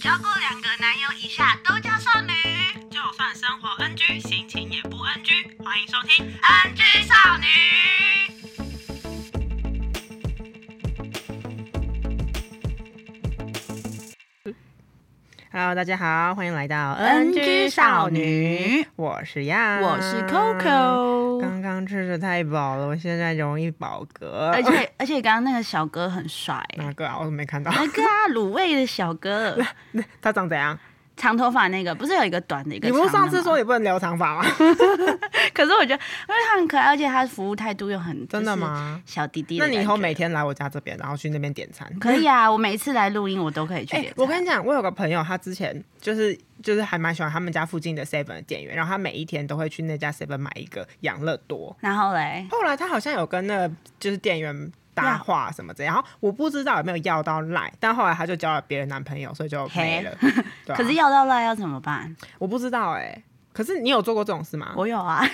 交过两个男友以下都叫少女。就算生活 NG，心情也不 NG。欢迎收听， NG 少女， Hello，大家好，欢迎来到 NG 少女，我是亚，我是 Coco。刚刚吃的太饱了，我现在容易饱嗝。而且而且，刚刚那个小哥很帅，哪个啊？我怎么没看到？那个啊，卤味的小哥，他长怎样？长头发那个，不是有一个短的，一个你不是长的上次吗说你不能留长发吗？ 可是我觉得，因为他很可爱，而且他的服务态度又很 真的？吗就？是小弟弟的那感觉，你以后每天来我家这边，然后去那边点餐。可以啊？我每一次来录音，我都可以去 哎、点餐。我跟你讲，我有个朋友，他之前就是就是还蛮喜欢他们家附近的 Seven 的店员，然后他每一天都会去那家 Seven 买一个养乐多。然后嘞，后来他好像有跟那个就是店员搭话什么之类，然后我不知道有没有要到赖，但后来他就交了别人男朋友，所以就没了。对啊可是要到赖要怎么办？我不知道哎、可是你有做过这种事吗？啊我 有啊，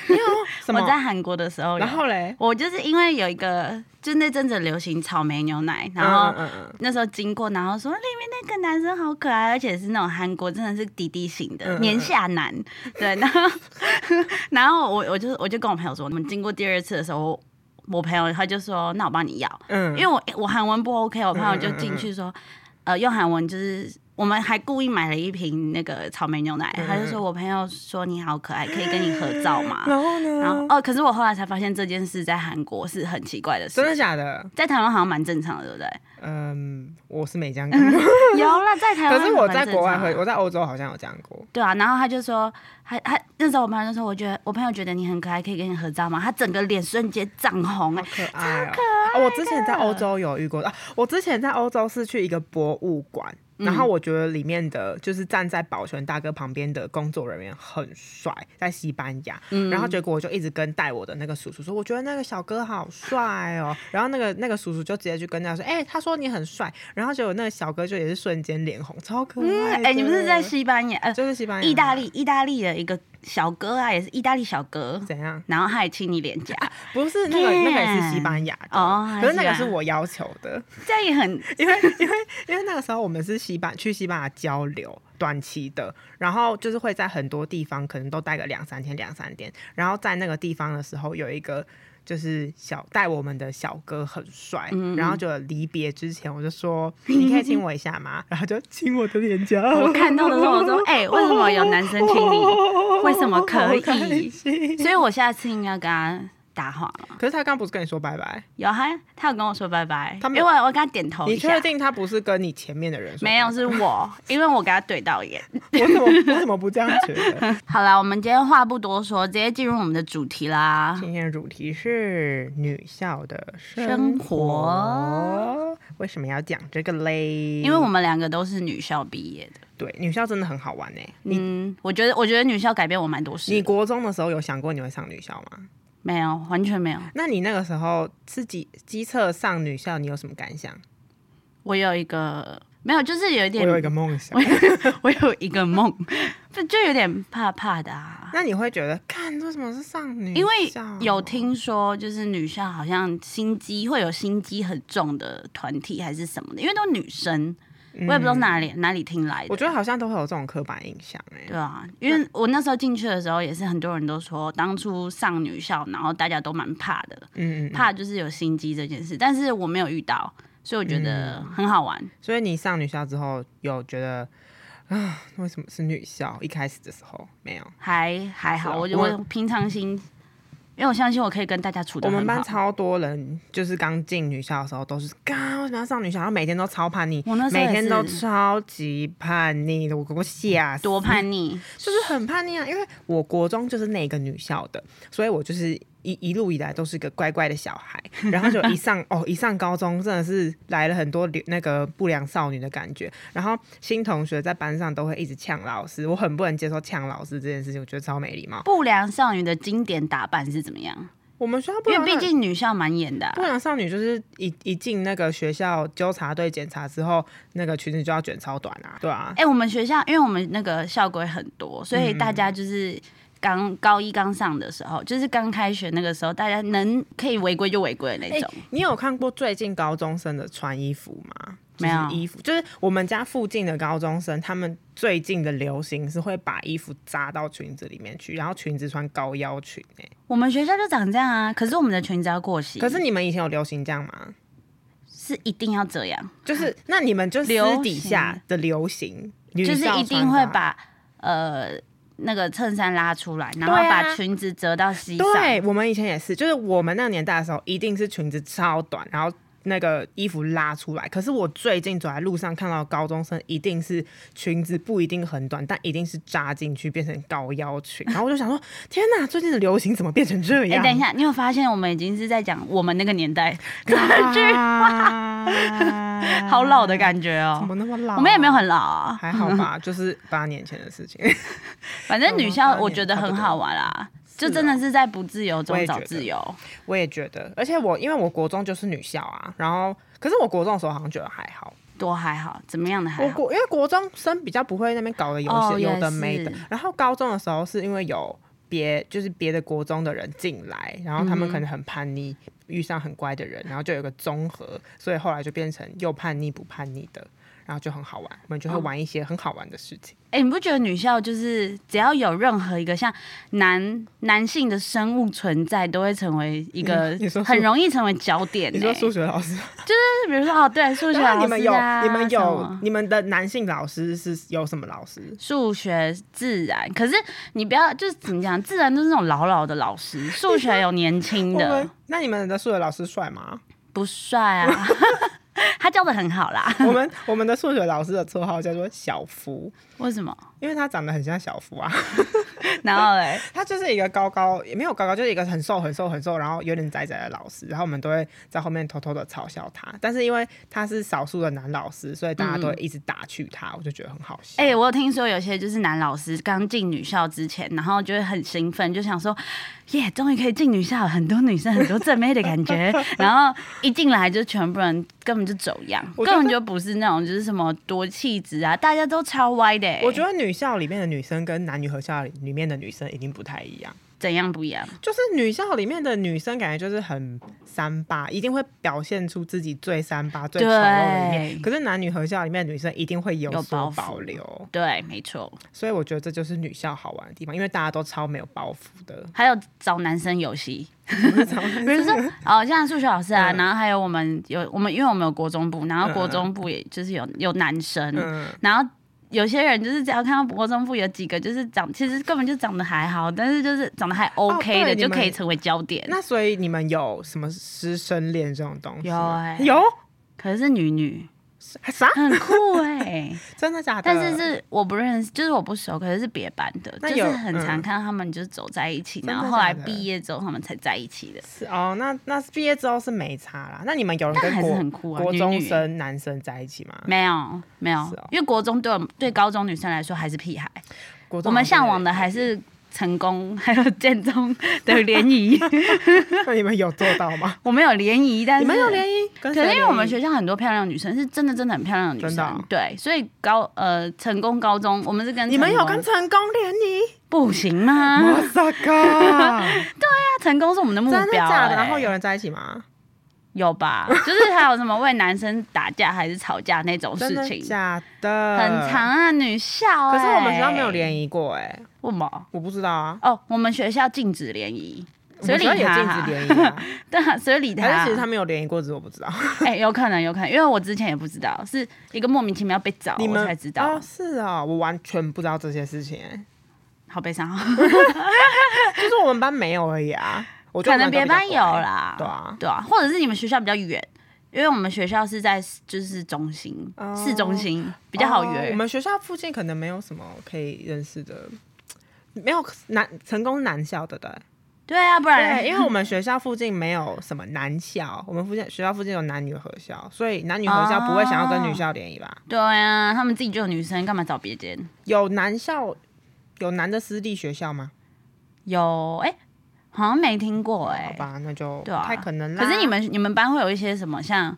什么我？在韩国的时候有，然后嘞，我就是因为有一个，就那阵子流行草莓牛奶，然嗯后嗯嗯嗯那时候经过，然后说里面那个男生好可爱，而且是那种韩国真的是弟弟型嗯嗯的嗯年下男，对，然后 然后我我就我就跟我朋友说，我们经过第二次的时候，我我朋友他就说，那我帮你要，嗯，因为我我韩文不 OK，我朋友就进去说，呃，用韩文就是。我们还故意买了一瓶那个草莓牛奶，他就说嗯我朋友说你好可爱，可以跟你合照吗？然后呢？然后哦，可是我后来才发现这件事在韩国是很奇怪的真事，的假的？在台湾好像蛮正常的，对不对？嗯，我是 没这样干过，有啦，在台湾可是还我蛮在正国外常啊会，的我在欧洲好像有这样过。对啊，然后他就说，他他那时候我朋友就说，我觉得我朋友觉得你很可爱，可以跟你合照吗？他整个脸瞬间涨红、好哎，可爱、哦！哦我之前在欧洲有遇过啊，我之前在欧洲是去一个博物馆。嗯然后我觉得里面的就是站在保全大哥旁边的工作人员很帅，在西班牙。嗯然后结果我就一直跟带我的那个叔叔说，我觉得那个小哥好帅 哦。然后那个那个叔叔就直接去跟他说，哎、他说你很帅。然后结果那个小哥就也是瞬间脸红，超可爱。哎、你们是在西班牙？呃，就是西班牙、意大利，意大利的一个小哥啊，也是意大利小哥，怎样？然后他也亲你脸颊，不是那个那个也是西班牙的，哦还是可是那个西是班牙我要求的。这样也很因为因为因为那个时候我们是西班去西班牙交流短期的，然后就是会在很多地方可能都待个两三天两三天，然后在那个地方的时候有一个。就是小带我们的小哥很帅，嗯然后就离别之前我就说 你可以亲我一下吗？然后就亲我的脸颊。我看 到的时候，我说：“哎、为什么有男生亲你？为什么可好开以？”心所以我下次应该跟他搭话了。可是他刚不是跟你说拜拜？有他，他有跟我说拜拜，他因没为有我我跟他点头你哦一确下。定他不是跟你前面的人说？没有，，是我，因为我跟他对到眼。我怎么我怎么不这样觉得？好啦，我们今天话不多说，直接进入我们的主题啦。今天的主题是女校的生生活活。为什么要讲这个嘞？因为我们两个都是女校毕业的，对女校真的很好玩呢、欸你、嗯，我觉得我觉得女校改变我蛮多你事的，国中的时候有想过你会上女校吗？没有，完全没有。那你那个时候自己机测上女校，你有什么感想？嗯我有一个没有，就是有一我点，有一个梦想。 我有一个梦， 就就有点怕怕的啊。那你会觉得，看为什么是上女校？因为有听说，就是女校好像心机会有心机很重的团体还是什么的，因为都女生，我也不知道哪里、哪里听来的。嗯我觉得好像都会有这种刻板印象哎、对啊，因为我那时候进去的时候，也是很多人都说，当初上女校，然后大家都蛮怕的，嗯嗯嗯。怕就是有心机这件事，但是我没有遇到，所以我觉得嗯很好玩。所以你上女校之后，有觉得啊，为什么是女校？一开始的时候没有。还还好，是啊我我我平常心，因为我相信我可以跟大家处的我很好。们班超多人，就是刚进女校的时候都是，干为什么要上女校？然后每天都超叛逆，我那时候每也天是都超级叛逆的，我给我吓死，多叛逆，就是很叛逆啊！因为我国中就是那个女校的，所以我就是一一路以来都是个乖乖的小 孩，然后就一上哦一上高中真的是来了很多流那个不良少女的感觉，然后新同学在班上都会一直呛老师，我很不能接受呛老师这件事情，我觉得超没礼貌。不良少女的经典打扮是怎么样？我们学校不因能为毕竟女校蛮严的啊、不良少女就是一一进那个学校纠察队检查之后，那个裙子就要卷超短啊，对啊，哎、我们学校因为我们那个校规很多，所以大家嗯就是刚高一刚上的时候，就是刚开学那个时候，大哎哎家能可以违规就违规的那种。你有看过最近高中生的穿衣服吗？就没有是衣服，就是我们家附近的高中生，他们最近的流行是会把衣服扎到裙子里面去，然后裙子穿高腰裙、欸。我们学校就长这样啊，可是我们的裙子要过膝，可是你们以前有流行这样吗？是一定要这样，就是那你们就啊流私底下的流行，女就是校一定穿啊会搭把呃那个衬衫拉出来，然后对啊把裙子折到膝上，对，我们以前也是，就是我们那个年代的时候，一定是裙子超短，然后那个衣服拉出来。可是我最近走在路上看到高中生，一定是裙子不一定很短，但一定是扎进去变成高腰裙。然后我就想说，天哪，最近的流行怎么变成 这哎、样？等一下，你有发现我们已经是在讲我们那个年代，这句啊好老的感觉怎哦、么那么老？我们也没有。很老啊，还好吧，就是八年前的事情。反正女校我觉得很好玩啦，就真的是在不自由哦我中也找觉得自由。我也觉得，而且我因为我国中就是女校啊，然后可是我国中的时候好像觉得还好，多还好，怎么样的还我好。国因为国中生比较不会那边搞的有些、哦有的也没的是，然后高中的时候是因为有别就是别的国中的人进来，然后他们可嗯能很叛逆，遇上很乖的人，然后就有个综合，所以后来就变成又叛逆不叛逆的，然后就很好玩，我们哦就会玩一些很好玩的事情。哎、你不觉得女校就是只要有任何一个像男男性的生物存在，都会成为一个 你说数很容易成为焦点、欸？你说数学老师，就是比如说哦，对，数学 那老师、啊、你们有你们什有么你们的男性老师是有什么老师？数学、自然，可是你不要就是怎么讲，自然都是那种老老的老师，数学有年轻我们的，哦那你们的数学老师 帅吗？不帅啊， 他教的很好啦。 我们我们的数学老师的绰号叫做小福，为什么？因为他长得很像小福啊。然后嘞，他就是一个高高，也没有高高，就是一个很瘦、很瘦、很瘦，然后有点窄窄的老师。然后我们都会在后面偷偷的嘲笑他，但是因为他是少数的男老师，所以大家都会一直打趣他，我就觉得很好 笑。哎、我有听说有些就是男老师刚进女校之前，然后就会很兴奋，就想说，耶，终于可以进女校了，很多女生很多正妹的感觉。然后一进来就全部人根本就走样，我根觉得本就不是那种就是什么多气质啊，大家都超歪的、欸。我觉得女校里面的女生跟男女合校里面的女生一定不太一样，怎样不一样？就是女校里面的女生感觉就是很三八，一定会表现出自己最三八、最丑陋的一面。对可是男女合校里面的女生一定会有有包所袱保留，对，没错。所以我觉得这就是女校好玩的地方，因为大家都超没有包袱的。还有找男生游戏，比如说哦，像数学老师啊，嗯然后还有我们有我们，因为我们有国中部，然后国中部也就是有有男生，嗯。然后。有些人就是只要看到国中部有几个，就是长其实根本就长得还好，但是就是长得还 OK 的，哦对就你们可以成为焦点。那所以你们有什么师生恋这种东西有吗？哎、有可是是女女啥？很酷哎、 真的假的？但是是我不认识，就是我不熟，可是是别班的，那就有是很常嗯看到他们就是走在一起，真的然后后来假的毕业之后他们才在一起的，是哦，那那毕业之后是没差啦。那你们有人但跟还是国很酷啊，国女中女生男生在一起吗？没有，没有，啊是哦因为国中对我们对高中女生来说还是屁孩，国中我们好像向往的有还是成功，还有建中的联谊。 那你们有做到吗？我们有联谊，但是你们有联谊？可可是因为我们学校很多漂亮的女生，是真的真的很漂亮的女真生，的哦对，所以高呃成功高中我们是跟你们成有功跟成功联 谊？不行 吗？哇 塞哥，那成功是我们的目真标、的假的？哎然后有人在一起吗？有吧？就是还有什么为男生打架还是吵架那种真事的情，假的？很欸长。啊，女校、可是我们学校没有谊，联谊过哎，为什么？我不知道啊。哦，我们学校禁止联谊，我所以们理学校他。也禁止 联谊啊，对啊，所以理还是他其。实他们有联谊过，只是我不知道。哎、有可能，有可能，因为我之前也不知道，是一个莫名其妙被找，你我们才知道，哦，是啊、我完全不知道这些事情、欸，好悲伤哦。就是我们班没有而已啊。我觉得可能我们别比较班有乖，啦，对啊，对啊，或者是你们学校比较远，因为我们学校是在就是中心、哦市中心比较好哦约。我们学校附近可能没有什么可以认识的，没有男成功男校的对不对啊，不然对，对，因为我们学校附近没有什么男校，我们附近学校附近有男女合校，所以男女合校不会想要跟哦女校联谊吧？对啊，他们自己就有女生，干嘛找别间？有男校，有男的私立学校吗？有哎、好像没听过哎、好吧，那就对啊不太可能啦。可是你们你们班会有一些什么像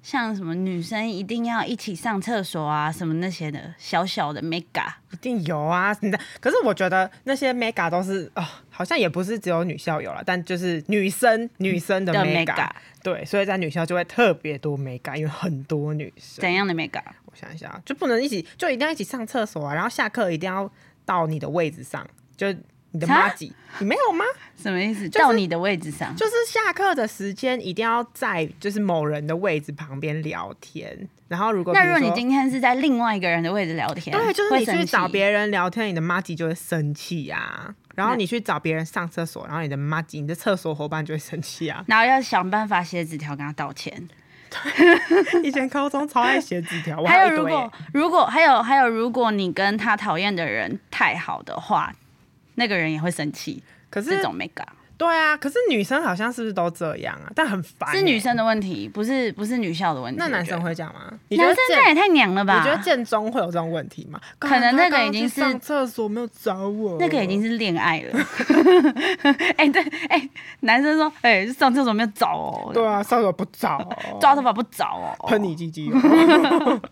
像什么女生一定要一起上厕所啊，什么那些的小小的 mega，一定有啊！你的可是我觉得那些 mega 都是啊、好像也不是只有女校有了，但就是女生女生的的 mega， mega 对，所以在女校就会特别多 mega，因为很多女生。怎样的 mega？我想一下啊，就不能一起，就一定要一起上厕所啊，然后下课一定要到你的位置上，就你的妈啊几，你没有吗？什么意思？是到你的位置上，就是下课的时间一定要在就是某人的位置旁边聊天，然后如果那比如果你说今天是在另外一个人的位置聊天，对，就是你会生去气。找别人聊天，你的妈吉就会生气啊。然后你去找别人上厕所，然后你的妈吉，你的厕所伙伴就会生气啊 然后要想办法写纸条跟他道歉。以前高中超爱写纸条，我还还有，如一堆欸果如果还有还有，如果你跟他讨厌的人太好的话，那个人也会生气。可这是种 mega 对啊，可是女生好像是不是都这样啊？但很烦欸、是女生的问题，不是不是女校的问题。那男生我觉会这样吗？得你觉得男生那建也太娘了吧？你觉得建中会有这种问题吗？可干能他那个刚刚已去经是上厕所没有找我，那个已经是恋爱 了。哎、 对，哎、男生说，哎、上厕所没有找哦，，对啊，上厕所不找 抓头发不找哦，喷你鸡鸡哦，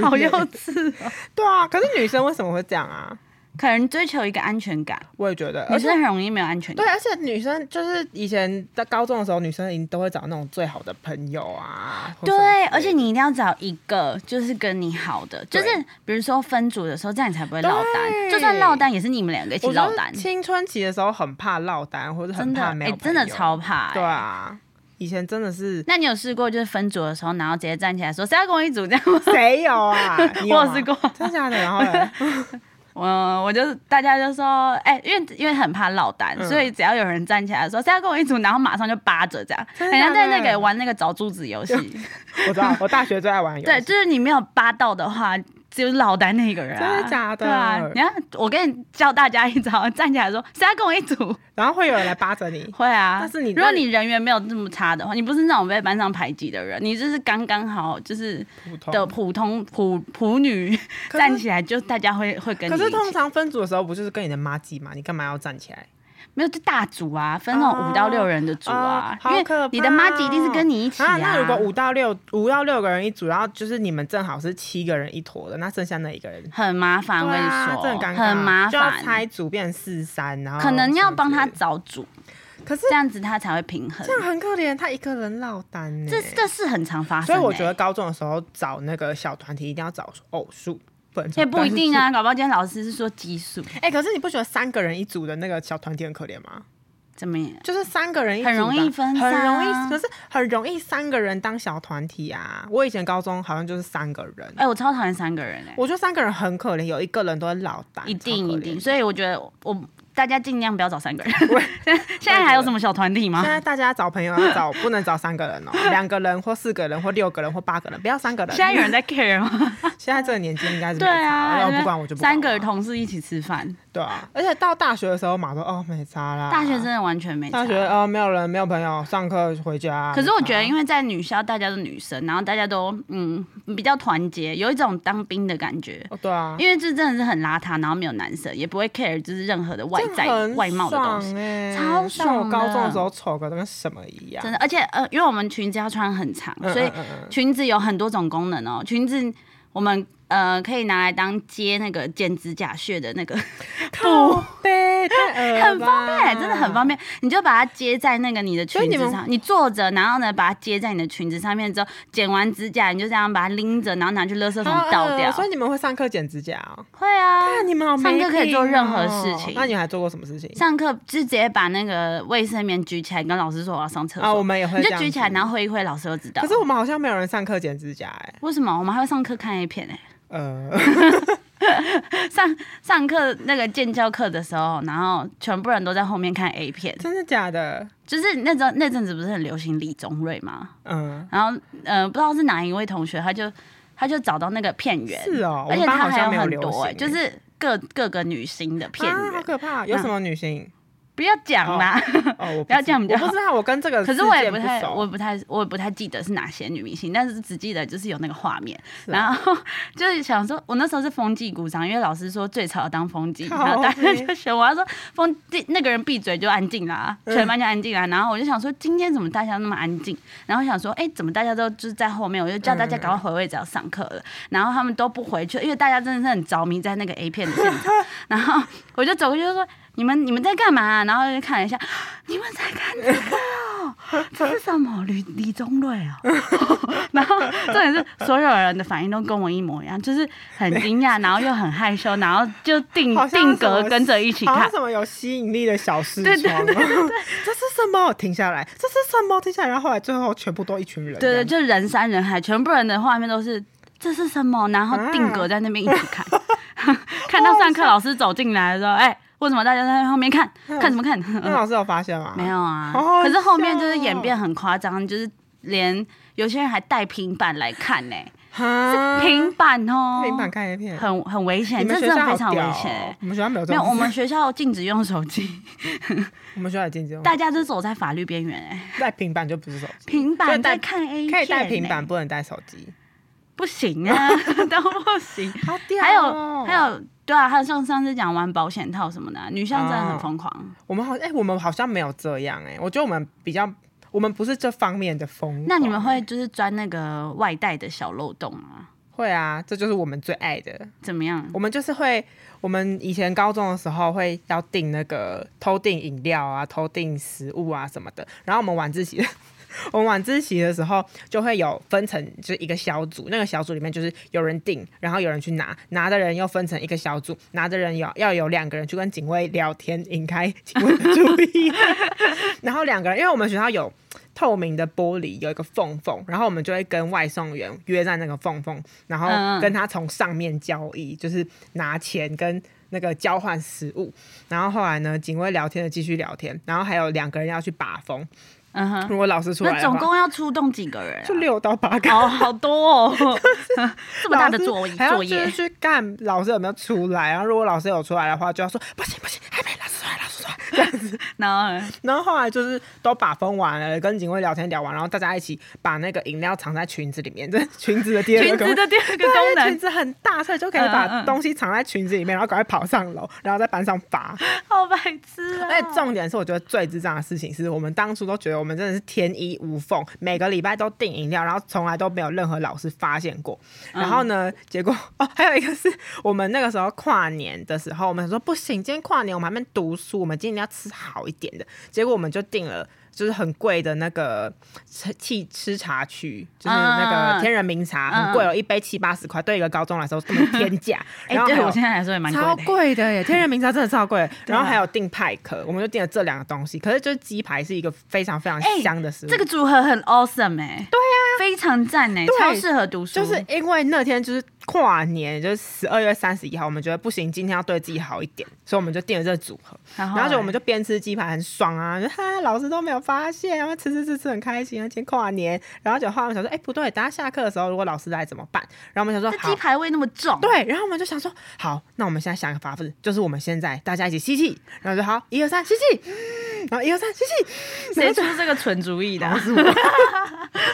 好幼稚哦。对啊，可是女生为什么会这样啊？可能追求一个安全感，我也觉得，女而且生很容易没有安全对，感。而且女生就是以前在高中的时候，女生一定都会找那种最好的朋友啊。或什么之类对，的而且你一定要找一个就是跟你好的，就是对比如说分组的时候，这样你才不会落对单。就算落单，也是你们两个一起我觉落得单，青春期的时候很怕落单，或者很真的，怕哎、没有、真的。超怕、哎对啊，以前真的是那你有试过就是分组的时候，然后直接站起来说谁要跟我一组这样 吗？谁 有啊？你我吗有试过，真的假的？然后嘞我我就大家就说，哎、因为因为很怕落单，嗯所以只要有人站起来说谁要跟我一组，然后马上就扒着这样，真很的像在那假的个玩那个找珠子游戏。我知道，我大学最爱玩游对，戏。就是你没有扒到的话，就是落单那个人、啊。真的假的对啊，你看我跟你教大家一招，站起来说谁要跟我一组？。然后会有人来扒着你会啊，但是你如果你人缘没有这么差的话，你不是那种被班上排挤的人，你就是刚刚好就是普通哦的普通普普女可是站起来，就大家会会跟你可一起。是通常分组的时候，不就是跟你的妈鸡嘛？你干嘛要站起来？没有，就大组啊，分那种哦五到六人的组啊，哦因好可为你的妈怕吉一定是跟你一起啊，那如果五到六五到六个人一组，然后就是你们正好是七个人一坨的，那剩下那一个人，很麻烦，我对跟你啊说，这很尴尬，很麻就要烦，拆组变四三，然后可能要什么之帮他类的，找组，哦可是这样子他才会平衡。这样很可怜，他一个人落单呢。这这是很常发生、所欸，以我觉得高中的时候找那个小团体一定要找偶数，不能找也不一定单 啊，搞不好今天老师是说奇数，数。哎、可是你不觉得三个人一组的那个小团体很可怜吗？怎么样？就是三个人一组的很容易分散很啊容易，可是很容易三个人当小团体啊。我以前高中好像就是三个人，哎、我超讨厌三个人哎、我觉得三个人很可怜，有一个人都会落单，一定超可一怜定，所以我觉得我大家尽量不要找 三个人。 现在还有什么小团体吗现？在大家找朋友要找不能找三 个人哦，两个人或四个人或六个人或八个人，不要三个人。现在有人在 care 吗？ 现在这个年纪应该是没对啊，差然后因为不管我就不管三个我同事一起吃饭，对啊，而且到大学的时候嘛，说哦没差啦，大学真的完全没差大学啊哦没有人没有朋友，上课回家。可是我觉得，没差因为在女校，大家都女生，然后大家都嗯比较团结，有一种当兵的感觉。哦对啊，因为这真的是很邋遢，然后没有男生，也不会 care 就是任何的外在这样很外貌的东西，爽欸超像我爽高中的的时候丑的跟什么一样，真的。而且呃，因为我们裙子要穿很长，嗯所以嗯嗯嗯裙子有很多种功能哦。裙子我们呃可以拿来当接那个剪指甲屑的那个布，对，很很方便，真的很方便。便。你就把它接在那个你的裙所以你子们上，你坐着，然后呢把它接在你的裙子上面之后，剪完指甲你就这样把它拎着，然后拿去垃圾桶好倒恶掉。嗯啊呃所以你们会上课剪指甲哦？会啊，那你们好上课可以做 amazing 任何哦事情那你还做过什么事情？上课就直接把那个卫生棉举起来，跟老师说我要上厕所。啊，我们也会你这就样举起来，子然后挥一挥，老师就知道。可是我们好像没有人上课剪指甲哎、为什么我们还会上课看 A 片呢、呃，上上课那个建教课的时候，然后全部人都在后面看 A 片， 真的假的？就是那阵那阵子不是很流行李宗瑞吗？嗯，然后呃，不知道是哪一位同学，他就他就找到那个片源，是哦，我而且们班他好还像没有很流多、行欸，欸，就是各各个女星的片啊，好源。 可怕！有什么女星？不要讲啦。哦，我嗯不要这样知比较我不知道，我跟这个可是我也事件不不太，熟我也不太，我也不太记得是哪些女明星，但是只记得就是有那个画面，是啊然后 就是想说，我那时候是风纪股长，因为老师说最吵的当风纪，靠然后大家北就选我，他说风纪那个人闭嘴就安静啦，嗯全班就安静啊啦，然后我就想说今天怎么大家那么安静，然后想说哎、怎么大家都就是在后面，我就叫大家嗯赶快回位置要上课了，然后他们都不回去，因为大家真的是很着迷在那个 A 片的现 场，然后我就走过去就说。你们你们在干嘛、啊然后就看了一下，你们在看这个哦，这是什么？李李宗瑞哦。 然后重点是所有人的反应都跟我一模一样，就是很惊讶，然后又很害羞，然后就定好像是定格什么跟着一起好看像。什么有吸引力的小视对对窗，啊 这是什么？停下来，这是什么？停下来，然后后来最后全部都一群人，对这对，样就人山人海，全部人的画面都是这是什么，然后定格在那边一起看，啊 看到上课老师走进来的时候，哎、为什么大家在后面看看什么看？那老师有发现吗？嗯 没有啊，嗯好好可是后面就是笑哦演变很夸张，就是连有些人还带平板来看呢、哈，平板哦，啊平板看 A 片，很很危你险，们这学真校的好非常危屌哦险、我们学校没有这没有，种事，我们学校禁止用手 机，我们学校也禁止用，大家都走在法律边缘 哎。带哦平板就不是手机，平所板以带在看 A 片、欸可以带平板，，不能带手机，不行 啊， 都不行。好屌还有哦还，有，对啊，还有像上次讲玩保险套什么的啊，女校真的很疯狂。我们好哎，我们好像没有这样哎，我觉得我们比较，我们不是这方面的风，那你们会就是钻那个外带的小漏洞啊？会啊？这就是我们最爱的，怎么样？我们就是会，我们以前高中的时候会要订那个偷订饮料啊、偷订食物啊什么的。然后我们晚自习， 我们晚自习的时候就会有分成，就是一个小组，那个小组里面就是有人订，然后有人去拿，拿的人又分成一个小组，拿的人有要有两个人去跟警卫聊天，引开警卫的注意。然后两个人，因为我们学校有透明的玻璃，有一个缝缝，然后我们就会跟外送员约在那个缝缝，然后嗯嗯跟他从上面交易，就是拿钱跟那个交换食物。然后后来呢，警卫聊天的继续聊天，然后还有两个人要去把风。嗯哼，如果老师出来那的总话，共要出动几个人啊？就六到八个。哦，好多哦， 这么大的作老业师还要作就是业，去干老师有没有出来？然后如果老师有出来的话，就要说不行不行，还没老师出来，老师出来。然后然后后来就是都把风完了，跟警卫聊天聊完，然后大家一起把那个饮料藏在裙子里面， 这是裙子的第二裙个功子能。的第二个对啊功因为能裙子很大，所以就可以嗯嗯把嗯东西藏在裙子里面，然后赶快跑上楼，然后在班上罚。好白痴啊！而且重点是，我觉得最智障的事情是我们当初都觉得我们真的是天衣无缝，每个礼拜都订饮料，然后从来都没有任何老师发现过。然后嗯呢，结果哦，还有一个是我们那个时候跨年的时候，我们想说不行，今天跨年我们还没读书，我们今天要吃好一点的。结果我们就订了。就是很贵的那个吃气吃茶区，就是那嗯嗯嗯个天人茗嗯茶，嗯很贵哦，一杯七八十块，对一个高中来说，这么天价。哎然，后还对有我现在来说也蛮贵超的。贵的耶！天人名茶真的超贵， 对啊然后还有订派克，我们就订了这两个东西。可是就是鸡排是一个非常非常哎香的食物，这个组合很 awesome 哎、对呀、非常赞哎、对超适合读书，就是因为那天就是跨年，就是十二月三十一号，我们觉得不行，今天要对自己好一点，所以我们就订了这个组合。然后然后就我们就就边吃鸡排很爽啊，就哈老师都没有发现，然后吃吃吃吃很开心，而且跨年，然后就后来我们想说，哎、不对，等下下课的时候如果老师来怎么办？然后我们想哎这说，鸡好。排味那么重，对，然后我们就想说，好，那我们现在想个法子，就是我们现在大家一起吸气，然后就好，一二三吸气，然后一二三吸气，然谁后出就这个蠢主意的啊、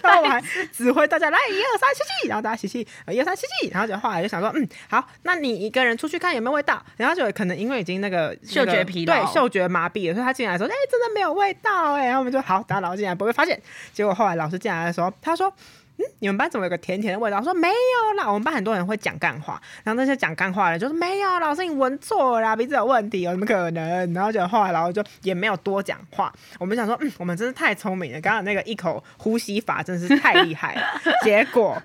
然后我还指挥大家来一二三吸气，然后大家吸气，呃一二三吸气，然后就后来就想说，嗯，好，那你一个人出去看有没有味道，然后就可能因为已经那个嗅那个觉疲劳对，嗅觉麻痹了，所以他进来说，哎、真的没有味道哎、然后我们就好，打老师进来不会发现，结果后来老师进来的时候，他说。嗯，你们班怎么有个甜甜的味道？我说没有啦，我们班很多人会讲干话，然后那些讲干话的人就说没有，老师你闻错了啦，鼻子有问题，有什么可能？然后就后来老师就也没有多讲话，我们想说，嗯，我们真是太聪明了，刚刚那个一口呼吸法真是太厉害了。结果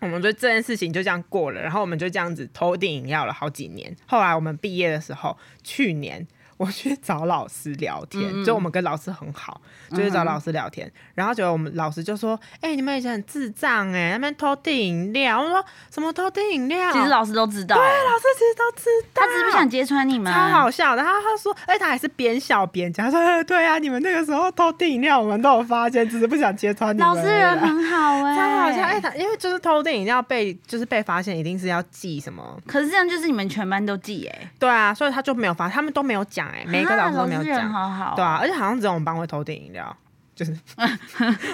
我们就这件事情就这样过了，然后我们就这样子偷订饮料了好几年。后来我们毕业的时候，去年我去找老师聊天，嗯 就我们跟老师很好，就是找老师聊天，然后结果我们老师就说：“哎、你们以前很智障哎、那边偷订饮料。”我说：“什么偷订饮料？”其实老师都知道、哎老师其实都知道，他只是不想揭穿你们，超好笑的。然后他说，哎，他还是边笑边讲，他说 呃对啊，你们那个时候偷订饮料，我们都有发现，只是不想揭穿你们。老师人。很好哎、超好笑，哎、他因为就是偷订饮料被就是被发现，一定是要记什么？可是这样就是你们全班都记哎、对啊，所以他就没有发，他们都没有讲、哎、每一个老师都没有啊人讲，好好，对啊，，而且好像只有我们班会偷订饮料，就是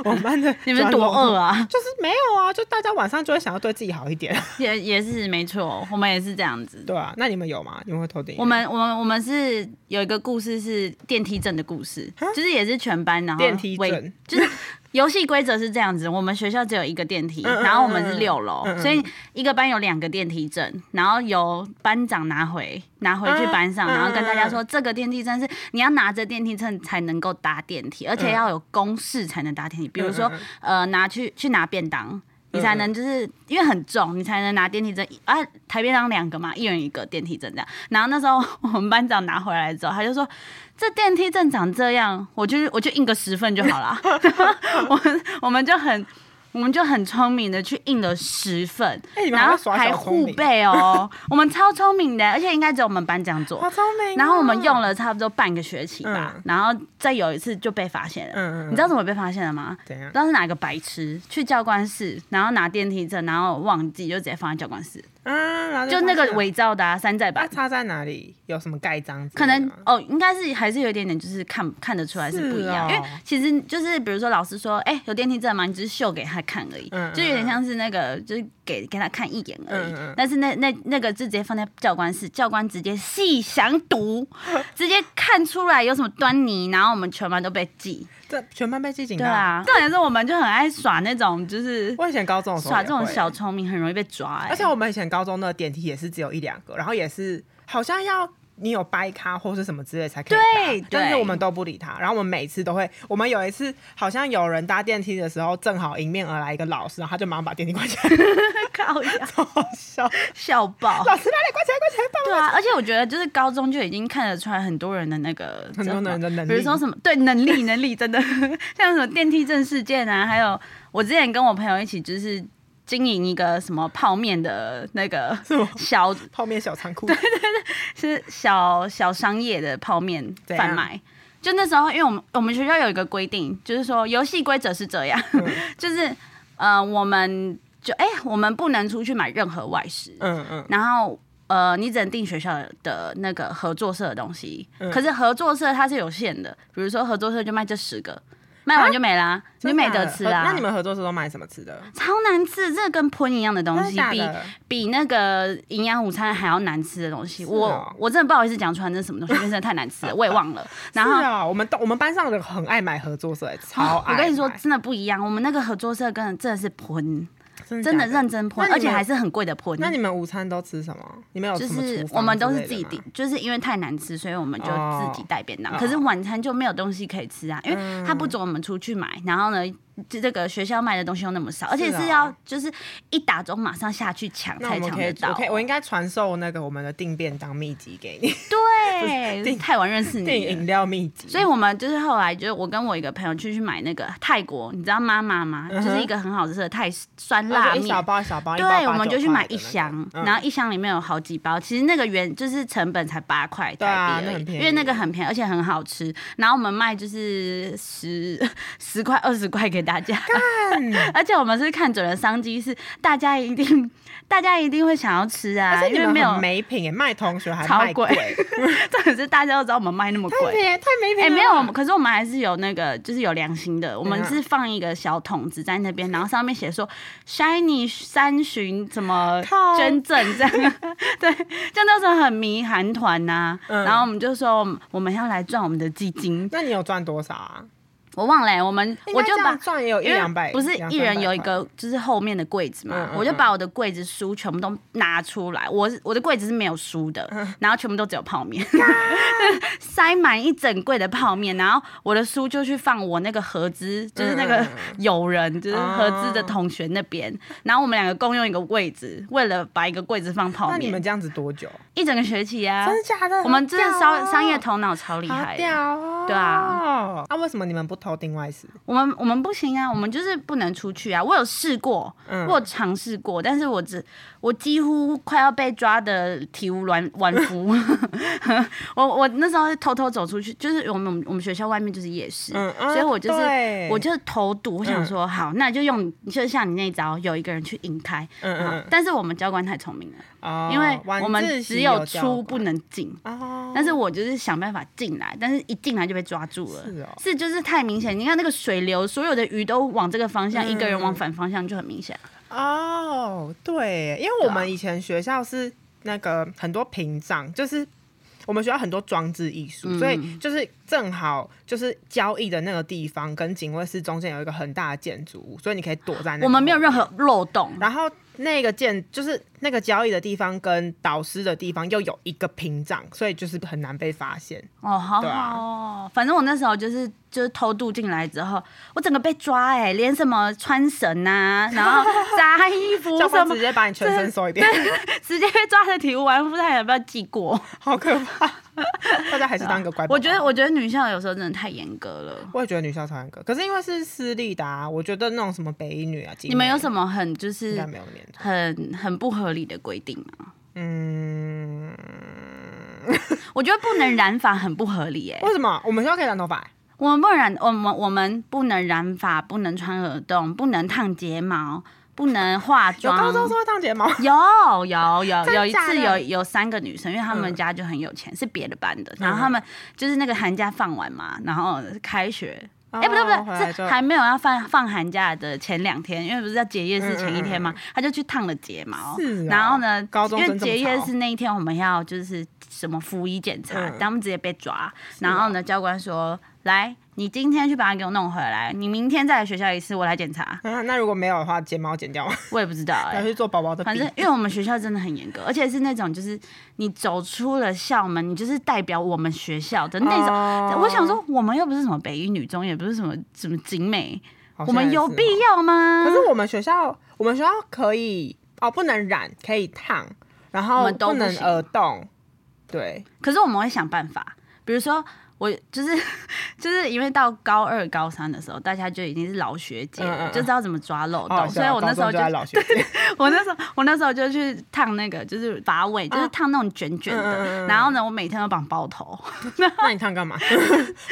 我们班的你们多专门饿啊！ 就是没有啊，就大家晚上就会想要对自己好一点，也也是没错，我们也是这样子。对啊。那你们有吗？你们会偷订饮料？我们我们我们是有一个故事是电梯证的故事，就是也是全班然后电梯围证就是游戏规则是这样子，我们学校只有一个电梯，嗯嗯然后我们是六楼嗯，嗯所以一个班有两个电梯证，然后由班长拿回拿回去班上，嗯嗯然后跟大家说这个电梯证是你要拿着电梯证才能够搭电梯，而且要有公式才能搭电梯，比如说嗯嗯嗯呃拿去去拿便当。你才能就是因为很重，你才能拿电梯证啊，台便当两个嘛，一人一个电梯证这样。然后那时候我们班长拿回来之后，他就说这电梯证长这样，我就是我就印个十份就好 了。 我们我们就很我们就很聪明的去印了十份，哎你们还然会后耍还小聪明互背哦， 我们超聪明的，而且应该只有我们班这样做好。聪明哦、然后我们用了差不多半个学期吧，嗯然后再有一次就被发现了。嗯，嗯嗯，嗯你知道怎么被发现了吗？怎不样知？道是哪个白痴去教官室，然后拿电梯证，然后忘记就直接放在教官室，啊，然后就那发个现了伪造的、啊、山寨它版，差在哪里？有什么盖章之可类的能吗？哦，应该是还是有一点点就是看看得出来是不一样，啊是哦因为其实就是比如说老师说，哎、有电梯证吗？你只是秀给他看而已，嗯嗯就有点像是那个就是给给他看一眼而已，嗯嗯但是那那那个就直接放在教官室，教官直接细详读， 直接看出来有什么端倪，然后我们全班都被记，这全班被记警告。对啊，重点是我们就很爱耍那种就是。我以前高中的时候耍也这种会小，聪明很容易被抓、欸，而且我们以前高中的电梯也是只有一两个，然后也是好像要。你有掰咖或是什么之类才可以对搭但是对我们都不理他。然后我们每次都会，我们有一次好像有人搭电梯的时候，正好迎面而来一个老师，然后他就马上把电梯关起来， 靠呀，好好笑。笑爆。老师哪里关起来？关起来！帮对啊，而且我觉得就是高中就已经看得出来很多人的那个， 很多人的能力比如说什么对能力能力真的， 像什么电梯证事件啊，还有我之前跟我朋友一起就是经营一个什么泡面的那个么小我泡面小仓库，是小小商业的泡面怎样贩卖。就那时候，因为我们我们学校有一个规定，就是说游戏规则是这样，嗯 就是呃，我们就哎、我们不能出去买任何外食，嗯嗯，然后呃，你只能订学校的那个合作社的东西，嗯可是合作社它是有限的，比如说合作社就卖这十个，卖完就没啦、你就没得吃啊啊真的哦啦、那你们合作社都买什么吃的？超难吃，这跟喷一样的东真的西，假比的？比那个营养午餐还要难吃的东西。是我哦我真的不好意思讲出来那是什么东西，因为真的太难 吃了，我也忘了。然后是啊，我们都我们班上的很爱买合作社、欸，超哦爱买。我跟你说，真的不一样，我们那个合作社跟真的是喷，真真的假的认真那喷，你们而且还是很贵的喷。那你们午餐都吃什么？你们有就什么是厨房我们都是之自类己的订吗，就是因为太难吃，所以我们就自己带便当。哦嗯可是晚餐就没有东西可以吃啊，因为它不准我们出去买，然后呢，这这个学校卖的东西又那么少，而且是要就是一打钟马上下去抢哦那我才们抢可得以，到我。可以，我应该传授那个我们的订便当秘籍给你， 对，太晚认识订你了饮。料秘籍。所以我们就是后来就是我跟我一个朋友去去买那个泰国，你知道妈妈吗？嗯哼就是一个很好吃的泰酸那辣就一面小。包一小包，啊一包对，八我们九就去块买的一那个箱，嗯然后一箱里面有好几包。其实那个原就是成本才八块对台啊币那而很已，便宜因为那个很便宜，而且很好吃。然后我们卖就是十 十块、二十块给大家， 而且我们是看准了商机，是大家一定 大家一定会想要吃啊，而因且你为们没有很，没品耶，卖同学还超卖贵 贵，重点是大家都知道我们卖那么太贵。 便宜太没品。哎、没有，我们，可是我们还是有那个，就是有良心的。我们怎是样放一个小桶子在那边，然后上面写说 “shiny 三巡什么靠捐赠”这样。 对，就那时候很迷韩团呐，嗯然后我们就说我们我们要来赚我们的基金。那你有赚多少啊？我忘了、我们应我该就这样把。赚也有一因为两百，不是两一三人百有一块，个，就是后面的柜子嘛嗯，嗯我就嗯把我的柜子书全部都拿出来，我是我的柜子是没有书的，嗯然后全部都只有泡面， 塞满一整柜的泡面，然后我的书就去放我那个合资，就是那嗯个嗯哦友人，就是合资的同学那边，然后我们两个共用一个位置，为了把一个柜子放泡那你面们，这样子多久？一整个学期啊真，的假的？我们好真的屌商哦商业头脑超厉好害的，屌哦！对啊，那为什么你们不偷订外食？我们我们不行啊，我们就是不能出去啊。我有试过，嗯我有尝试过，但是我只我几乎快要被抓的体无完 完肤。我我那时候是偷偷走出去，就是我们我们学校外面就是夜市，嗯，啊所以我就是对我就是偷渡，我想说、好，那就用就像你那一招，有一个人去引开。嗯嗯好嗯但是我们教官太聪明了，哦因为晚我们自习只有教出不过能进。哦，但是我就是想办法进来，但是一进来就被抓住了。是哦是就是太明显，你看那个水流，所有的鱼都往这个方向，一个嗯人往反方向就很明显。哦，对，因啊为我们以前学校是那个很多屏障，就是我们学校很多装置艺术，嗯所以就是正好就是交易的那个地方跟警卫室中间有一个很大的建筑物，所以你可以躲在那。我们没有任。何漏洞，然后那个建就是那个交易的地方跟导师的地方又有一个屏障，所以就是很难被发现。哦，好对啊好哦，反正我那时候就是就是偷渡进来之后，我整个被抓哎、连什么穿绳啊，然 后扎衣服教什官么直，接把你全身搜一遍，直接被抓的体无完肤，他有没有记过？好可怕！大家还是当个乖宝宝。我觉得，我觉得女校有时候真的太严格了。我也觉得女校超严格，可是因为是私立的啊，我觉得那种什么北一女啊，你们有什么么很就应是该没有念错？很很不合理的规定吗？嗯， 我觉得不能染发很不合理哎、为什么我们学校可以染头发？欸我们不能染，我们我们不能染发，不能穿耳洞，不能烫睫毛，不能化有妆。高中说会烫睫毛，有有有有一假次有的有三个女生，因为她们嗯家就很有钱，是别的班的。然后她们就是那个寒假放完嘛，然后开学，哎、不对不哦回对，来就是还没有要放放寒假的前两天，因为不是要结业是前一天嘛，她就去烫了睫毛。嗯是哦然后呢，高中因为生这么结业潮是那一天，我们要就是什么服仪检查，嗯啊他们直接被抓。然后呢，教官说：“来，你今天去把它给我弄回来，你明天再来学校一次，我来检查。 啊，那如果没有的话，睫毛剪掉吗，”我也不知道哎、要去做宝宝的反笔正，因为我们学校真的很严格，而且是那种就是你走出了校门，你就是代表我们学校的那种。哦我想，说，我们又不是什么北一女中，也不是什么什么景美，好我像们也有啊是必哦要吗？可是我们学校，我们学校可以哦，不能染，可以烫，然我后们都不能行耳洞，对，可是我们会想办法，比如说我就是 就是因为到高二高三的时候，大家就已经是老学姐了，嗯嗯嗯就知道怎么抓漏洞，哦所以我那时候就在老学姐， 我那时候，我那时候就去烫那个，就是发尾，就是烫那种卷卷啊嗯嗯的。嗯嗯然后呢，我每天都绑包头， 那你烫干嘛？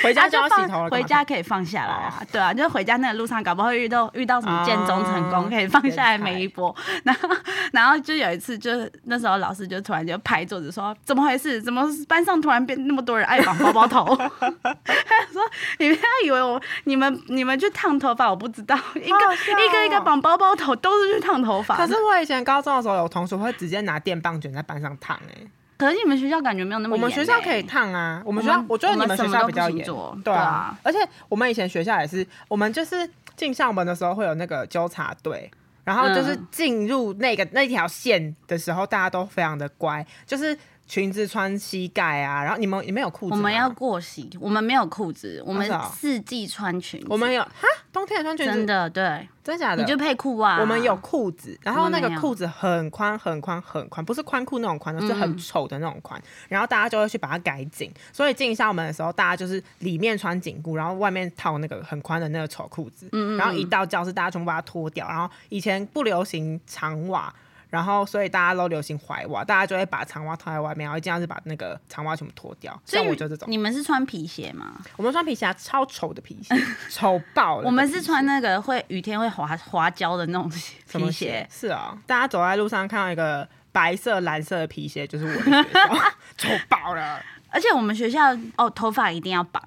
回家啊就就要洗放头了，回家可以放下来啊，哦对啊，就回家那个路上，搞不好会遇到遇到什么建中成功，啊可以放下来每一波。然后然后就有一次就，那时候老师就突然就拍桌子说：“怎么回事？怎么班上突然变那么多人爱绑包包头？” 他说：“你们不要以为我你们你们去烫头发，我不知道，一个、好好笑哦一个一个绑包包头都是去烫头发。”可是我以前高中的时候，有同学会直接拿电棒卷在班上烫、欸，可是你们学校感觉没有那么我严、欸，们学校可以烫啊，我们学校我们我觉得你我们学什么校都比较不行严做，对对啊啊。而且我们以前学校也是，我们就是进校门的时候会有那个纠察队。然后就是嗯进入那个那条线的时候，大家都非常的乖，就是裙子穿膝盖啊。然后你们你们有裤子我吗？们要过膝，我们没有裤子，我们是哦四季穿裙子。我们有哈，冬天也穿裙子，真的对，真假的？你就配裤袜啊。我们有裤子，然后我那们个没有裤子很宽很宽很宽，不是宽裤那种宽嗯哦，是很丑的那种宽。然后大家就会去把它改紧，所以进校门的时候，大家就是里面穿紧裤，然后外面套那个很宽的那个丑裤子。嗯然后一到教室，大家全部把它脱掉。然后以前不流行长袜。然后，所以大家都流行踝袜，大家就会把长袜套在外面，然后尽量是把那个长袜全部脱掉。所像以我就这种，你们是穿皮鞋吗？我们穿皮鞋啊超丑的皮鞋， 丑爆了。我们是穿那个会雨天会滑滑胶的那种鞋什皮么鞋。是啊，大家走在路上看到一个白色、蓝色的皮鞋，就是我的学校， 丑爆了而且我们学校哦，头发一定要绑，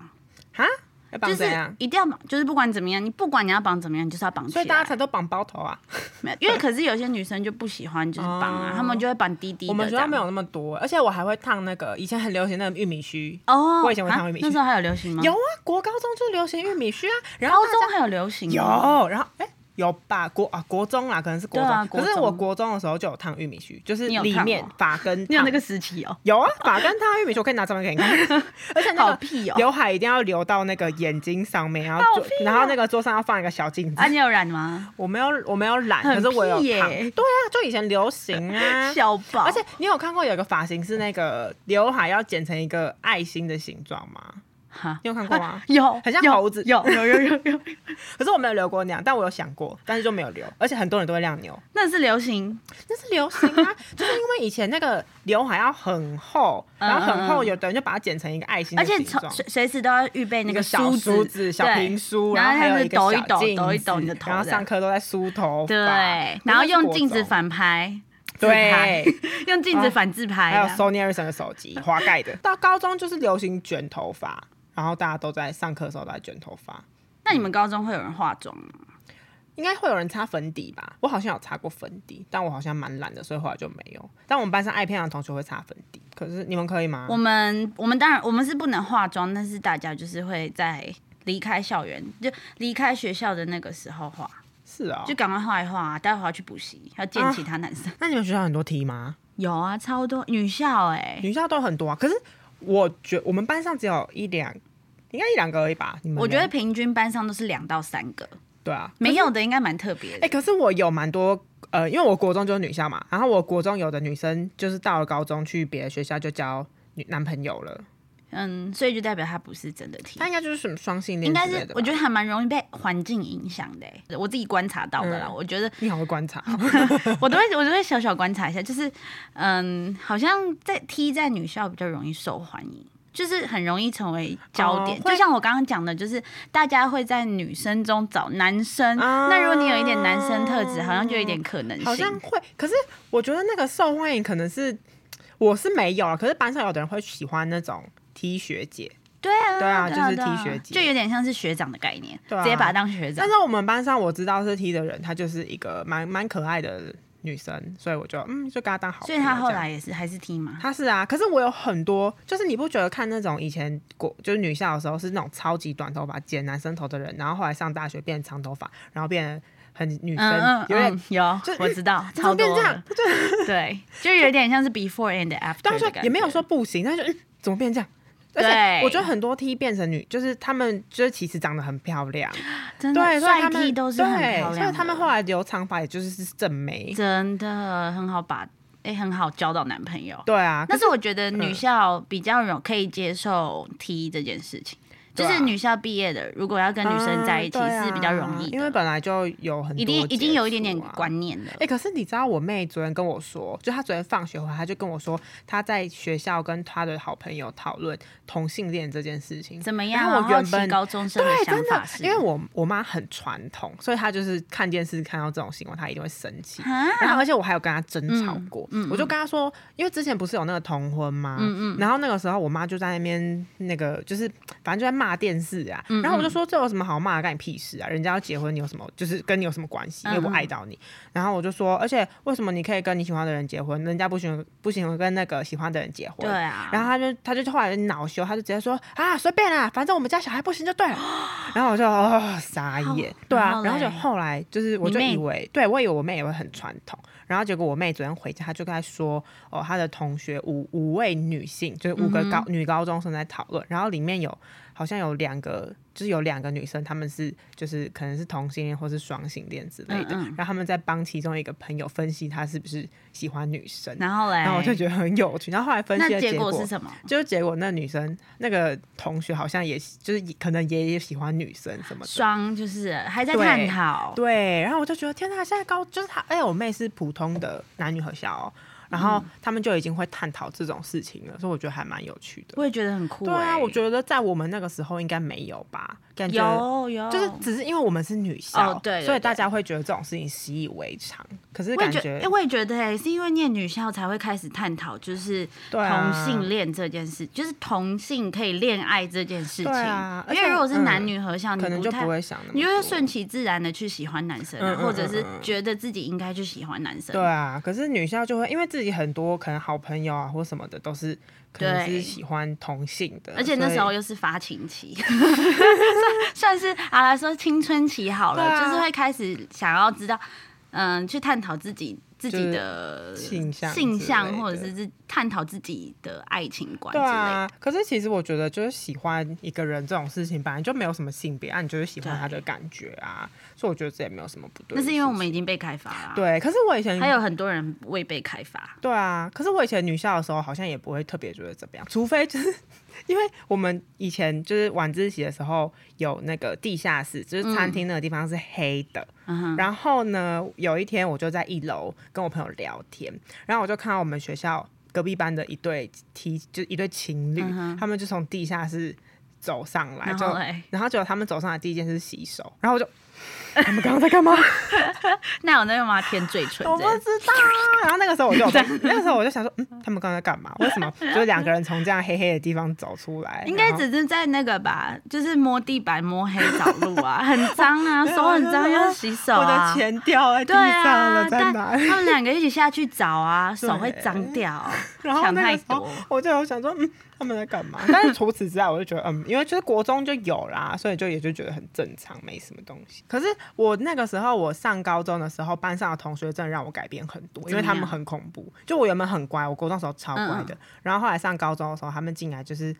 哈，要绑就是怎样？一定要绑，就是不管怎么样，你不管你要绑怎么样，你就是要绑起所来。以大家才都绑包头啊！没有因为可是有些女生就不喜欢就是绑啊，哦她们就会绑低低的这样。我们学校没有那么多，而且我还会烫那个以前很流行那个玉米须。哦，我以前会啊烫玉米须那时候还有流行吗？有啊，国高中就流行玉米须啊，然后高大中家还有流行吗，有，然后哎、有吧，国啊国中啦，可能是国中，对啊可是国中我国中的时候就有烫玉米须，就是你有里烫面哦发根你有烫那个时期哦，有啊，发根烫玉米须，我可以拿照片给你看。而且那好个屁哦！刘海一定要留到那个眼睛上面，然后好桌屁啊然后那个桌上要放一个小镜子啊，。你有染吗？我没有，我没有染，可很是我有屁耶烫。对啊，就以前流行啊。 笑爆！而且你有看过有一个发型是那个刘海要剪成一个爱心的形状吗？哈你有看 过吗？有很像有猴子有有有有有，可是我没有留过那样，但我有想过，但是就没有留。而且很多人都会亮牛，那是流行，那是流行啊， 就是因为以前那个刘海要很厚，然后很厚，有的人就把它剪成一个爱心嗯的而且形从状。随随时都要预备那一个个小梳梳子、小对平梳，然然后后还有这一样子个抖一小抖，镜抖一子抖你的头然后这样，上课都在梳头发，对那，然后是用国镜子中反拍，自拍，对用镜子反自拍还有啊。 Sony Ericsson 的手机，滑盖的。到高中就是流行卷头发，然后大家都在上课的时候都在卷头发。那你们高中会有人化妆吗？嗯应该会有人擦粉底吧？我好像有擦过粉底，但我好像蛮懒的，所以后来就没有。但我们班上爱漂亮的同学会擦粉底，可是你们可以吗？我们我们当然我们是不能化妆，但是大家就是会在离开校园，就离开学校的那个时候化，是啊、就赶快画一画、啊，待会儿要去补习，要见其他男生。 那你们学校很多 T 吗？有啊，超多女校哎、女校都很多啊，可是我觉我们班上只有一两，应该一两个而已吧？你们呢我觉得平均班上都是两到三个，对啊，没有的应该蛮特别的。哎、可是我有蛮多，呃，因为我国中就是女校嘛，然后我国中有的女生就是到了高中去别的学校就交女男朋友了，嗯，所以就代表他不是真的 T，她应该就是什么双性恋应之该类是的吧。我觉得还蛮容易被环境影响的、欸，我自己观察到的啦。嗯我觉得你好会观察，我都会我都会小小观察一下，就是嗯，好像在 T 在女校比较容易受欢迎。就是很容易成为焦点哦会就像我刚刚讲的，就是大家会在女生中找男生。啊那如果你有一点男生特质，好像就有一点可能性。好像会。可是我觉得那个受欢迎可能是我是没有啊，可是班上有的人会喜欢那种 T 学姐，对啊，对啊就是对 T 学姐就有点像是学长的概念，对啊直接把他当学长但。是我们班上我知道是 T 的人，她就是一个蛮蛮可爱的女生，所以我就嗯就跟她当好朋所友以这样。他后来也是还是 T 吗？他是啊，可是我有很多，就是你不觉得看那种以前国就是女校的时候是那种超级短头发剪男生头的人，然后后来上大学变长头发，然后变得很女生，嗯嗯有点嗯，有就，我知道， 怎超么多变这样的，？对，就有点像是 before and after 但的是感觉也没有说不行，但是、嗯、怎么变这样？而对且我觉得很多 T 变成女，就是他们就是其实长得很漂 亮，真的对，所以帅他们 T 都是很漂亮对的，所以他们后来留长发也就是是正妹，真的很好把，哎、很好交到男朋友。对啊，但是我觉得女校比较容可以接受 T 这件事情，就对啊是女校毕业的，如果要跟女生在一起啊对啊是比较容易的，因为本来就有很多一定已经有一点点接触啊观念了哎、。可是你知道我妹昨天跟我说，就她昨天放学回来，她就跟我说，她在学校跟她的好朋友讨论同性恋这件事情。怎么然样？后我好好原本奇高中生啊对，想真法的，是，因为我我妈很传统，所以她就是看电视看到这种新闻，她一定会生气。然啊，后，而且我还有跟她争嗯吵过，我就跟她说，因为之前不是有那个同婚吗？嗯然后那个时候我妈就在那边那个就是反正就在骂电视啊，嗯然后我就说这有什么好骂的，干你屁事啊！人家要结婚，你有什么就是跟你有什么关系？嗯因为我爱到你。然后我就说，而且为什么你可以跟你喜欢的人结婚，人家不喜欢不喜欢跟那个喜欢的人结婚？对啊，然后他就他就后来恼羞，他就直接说啊随便啦，反正我们家小孩不行就对了。然后我就哦傻眼，对然啊后，嘞然后就后来就是我你就妹以为，对我以为我妹也会很传统，然后结果我妹昨天回家，她就跟她说哦她的同学五五位女性，就是嗯五个高、女高中生在讨论，然后里面有好像有两个。就是有两个女生，她们是就是可能是同性恋或是双性恋之类的，嗯嗯然后她们在帮其中一个朋友分析她是不是喜欢女生，然后嘞，然后我就觉得很有趣。然后后来分析哎那的结结果是什么？就是结果那女生那个同学好像也就是可能也也喜欢女生什么的。双就是还在对探讨，对，然后我就觉得天哪，现在高就是她，哎、我妹是普通的男女合校、哦，然嗯后他们就已经会探讨这种事情了，所以我觉得还蛮有趣的。我也觉得很酷、欸。对啊，我觉得在我们那个时候应该没有吧，感觉有有，就是只是因为我们是女校，哦对对所以大对家会觉得这种事情习以为常。可是我也感觉觉哎，我也觉得哎、是因为念女校才会开始探讨，就是对同啊性恋这件事，就是同性可以恋爱这件事情。对啊因而为且如果是男嗯女合校，可能你就太不，会想那么你就会多顺其自然的去喜欢男生、啊嗯嗯或者是嗯嗯觉得自己应该去喜欢男生。对啊，可是女校就会因为自己很多可能好朋友啊或什么的都是可能对是喜欢同性的，而且那时候所以又是发情期， 算算是啊来说青春期好了、对啊就是会开始想要知道，嗯，去探讨自己自己就是的性向性之向，类或者的是自探讨自己的爱情观之对类的。啊，可是其实我觉得就是喜欢一个人这种事情本来就没有什么性别啊，你就是喜欢他的感觉啊，所以我觉得这也没有什么不对的那事是情。因为我们已经被开发了，，对，啊可是我以前还有很多人未被开发。对啊，可是我以前女校的时候好像也不会特别觉得怎么样，除非就是 因为我们以前就是晚自习的时候有那个地下室，就是嗯餐厅那个地方是黑的。然后呢，有一天我就在一楼跟我朋友聊天，然后我就看到我们学校隔壁班的一对 T，就一对情侣，他们就从地下室走上来，嗯然就后嘞，然后结果他们走上来第一件事是洗手，然后我就 他们刚刚在干嘛？那我那个嘛舔嘴唇我这不样，知道。然后那个时候我就 有在，那个时候我就想说，嗯，他们刚刚在干嘛？为什么就两个人从这样黑黑的地方走出来？ 应该然后只是在那个吧，就是摸地板、摸黑找路啊，很脏 啊，对啊手很脏，就是要洗手我的啊。钱掉在地对上啊了，，在但哪他里？们两个一起下去找 啊，手会脏掉，然后想那太个时候多。我就有想说，嗯，他们在干嘛？ 但是除此之外，我就觉得，嗯，因为就是国中就有啦，所以就也就觉得很正常，没什么东西。可是我那个时候，我上高中的时候，班上的同学真的让我改变很多，因为他们怎么样嗯很恐怖。就我原本很乖，我国中的时候超乖的，然后后来上高中的时候，他们进来就是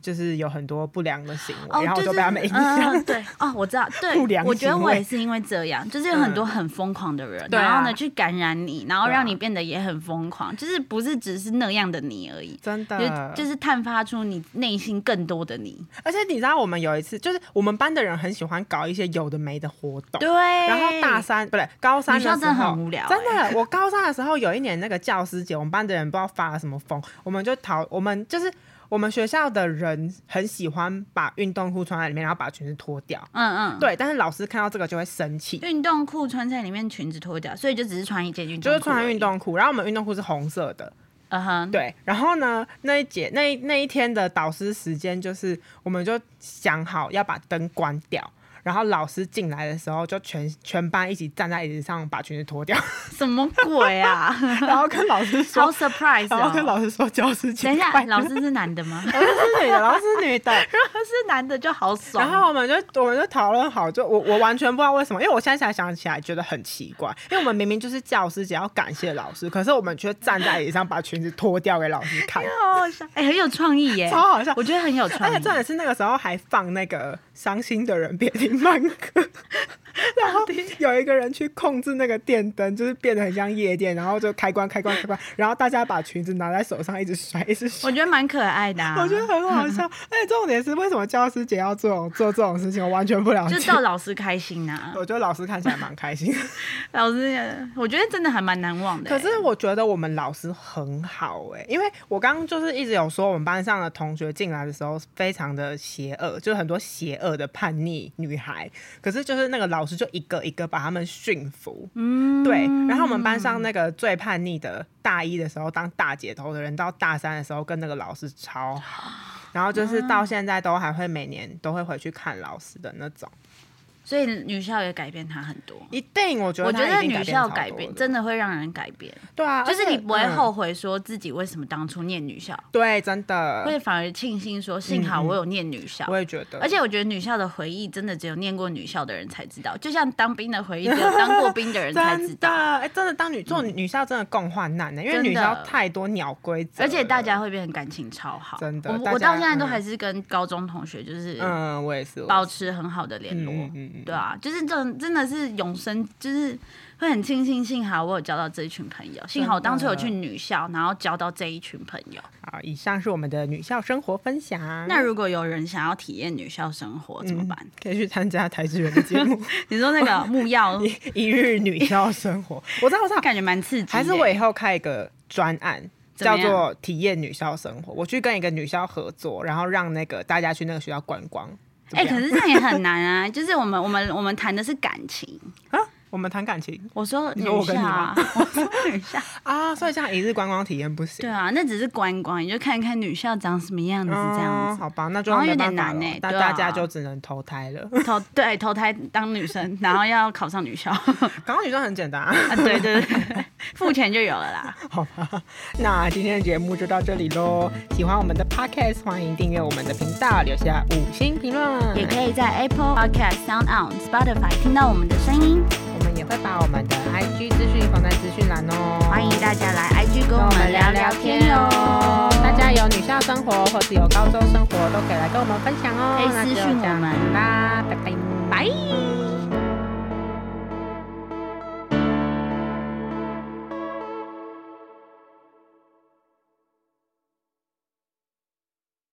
就是有很多 不良的行为，哦，然后我就就是被他们影响。嗯对，哦，我知道，对，不良我觉得行我也为是因为这样，就是有嗯很多很疯狂的人，对啊然后呢去感染你，然后对啊让你变得也很疯狂，就是不是只是那样的你而已，真的，就就是散发出你内心更多的你。而且你知道，我们有一次，就是我们班的人很喜欢搞一些有的没的活动，对，然后大三不对，高三女哎校的真时的候很无聊欸真的，我高三的时候有一年那个教师节，我们班的人不知道发了什么疯，我们就讨我们就是我们学校的人很喜欢把运动裤穿在里面，然后把裙子脱掉。嗯嗯，对，但是老师看到这个就会生气，运动裤穿在里面，裙子脱掉，所以就只是穿一件运动，就是穿运，动裤，然后我们运动裤是红色的，嗯哼，对，然后呢，那一节那一那一天的导师时间就是，我们就想好要把灯关掉，然后老师进来的时候，就全全班一起站在椅子上把裙子脱掉， 什么鬼啊？然后跟老师好说， surprise 然后跟哦！老师说教师节等一下快，乐老师是男的吗？ 老师是女的，老师是女的，如果是男的就好爽。 然后我们就我们就讨论好，就我我完全不知道为什么，因为我现在才想起来觉得很奇怪，因为我们明明就是教师节要感谢老师，可是我们却站在椅子上把裙子脱掉给老师看。好好笑，哎、很有创意耶，超好笑哎我觉得很有创而且意。重点是那个时候还放那个伤心的人别听慢歌， 然后有一个人去控制那个电灯，就是变得很像夜店，然后就开关开关开关，然后大家把裙子拿在手上一直甩一直甩我。觉得蛮可爱的、啊，我觉得很好笑，而且重点是为什么教师节要做做这种事情，我完全不了就解。逗老师开心 呐、我觉得老师看起来蛮开心的，老师也，我觉得真的还蛮难忘的、欸可是我觉得我们老师很好哎、因为我刚刚就是一直有说，我们班上的同学进来的时候非常的邪恶，就是很多邪恶的叛逆女孩。可是就是那个老师就一个一个把他们驯服，嗯，对。然后我们班上那个最叛逆的大一的时候当大姐头的人，到大三的时候跟那个老师超好，然后就是到现在都还会每年都会回去看老师的那种。所以女校也改变他很多。一定，我觉得我觉他得一定女校改改变变超多真的会让人改变，对啊，就是而且你不会嗯后悔说自己为什么当初念女校，对，真的会反而庆幸说幸好我有念女校。嗯我也觉得，而且我觉得女校的回忆真的只有念过女校的人才知道，就像当兵的回忆只有当过兵的人才知 真的，道。哎、真的当女做女校真的共患难的、因嗯为真的女校太多鸟规则而了，且大家会变得感情超好，真的我大我家到现在都嗯还是跟高中同学就是嗯，我也是，我保也是持很好的联嗯络，嗯嗯嗯对啊，就是这种真的是永生，就是会很庆幸，幸好我有交到这一群朋友，幸好我当初有去女校，然后交到这一群朋友。好，以上是我们的女校生活分享。那如果有人想要体验女校生活怎么办？可以去参加台志源的 节目你说那个木 曜， 《一日女校 生活》，我知道，我知道，感觉蛮刺激的，还是我以后开一个专案。怎么叫样做体验女校生活，我去跟一个女校合作，然后让那个大家去那个学校观光。怎么哎、样可是这样也很难啊！就是我们我们我们谈的是感情，啊，我们谈感情我说你女说我跟校你啊吗，我说女校，啊，所以这样一日观光体验不行。对啊，那只是观光，你就看看女校长什么样子这样哦子。好吧，那就好像没有点办法难了欸那对大啊家就只能投胎了。投对投胎当女生，然后要考上女校啊，港澳女生很简单、啊，对对对，付钱就有了啦。 好吧。那今天的节目就到这里喽。喜欢我们的 podcast，欢迎订阅我们的频道，留下五星评论。也可以在 Apple Podcast、Sound On、Spotify 听到我们的声音，我们也会把我们的 IG 资讯放在资讯栏哦。欢迎大家来 IG 跟跟我我们们聊聊聊聊天天哟哦。。大家有女校生活或是有高中生活，都可以来跟我们分享哦。可以那私就讯这样我们啦，拜拜，拜。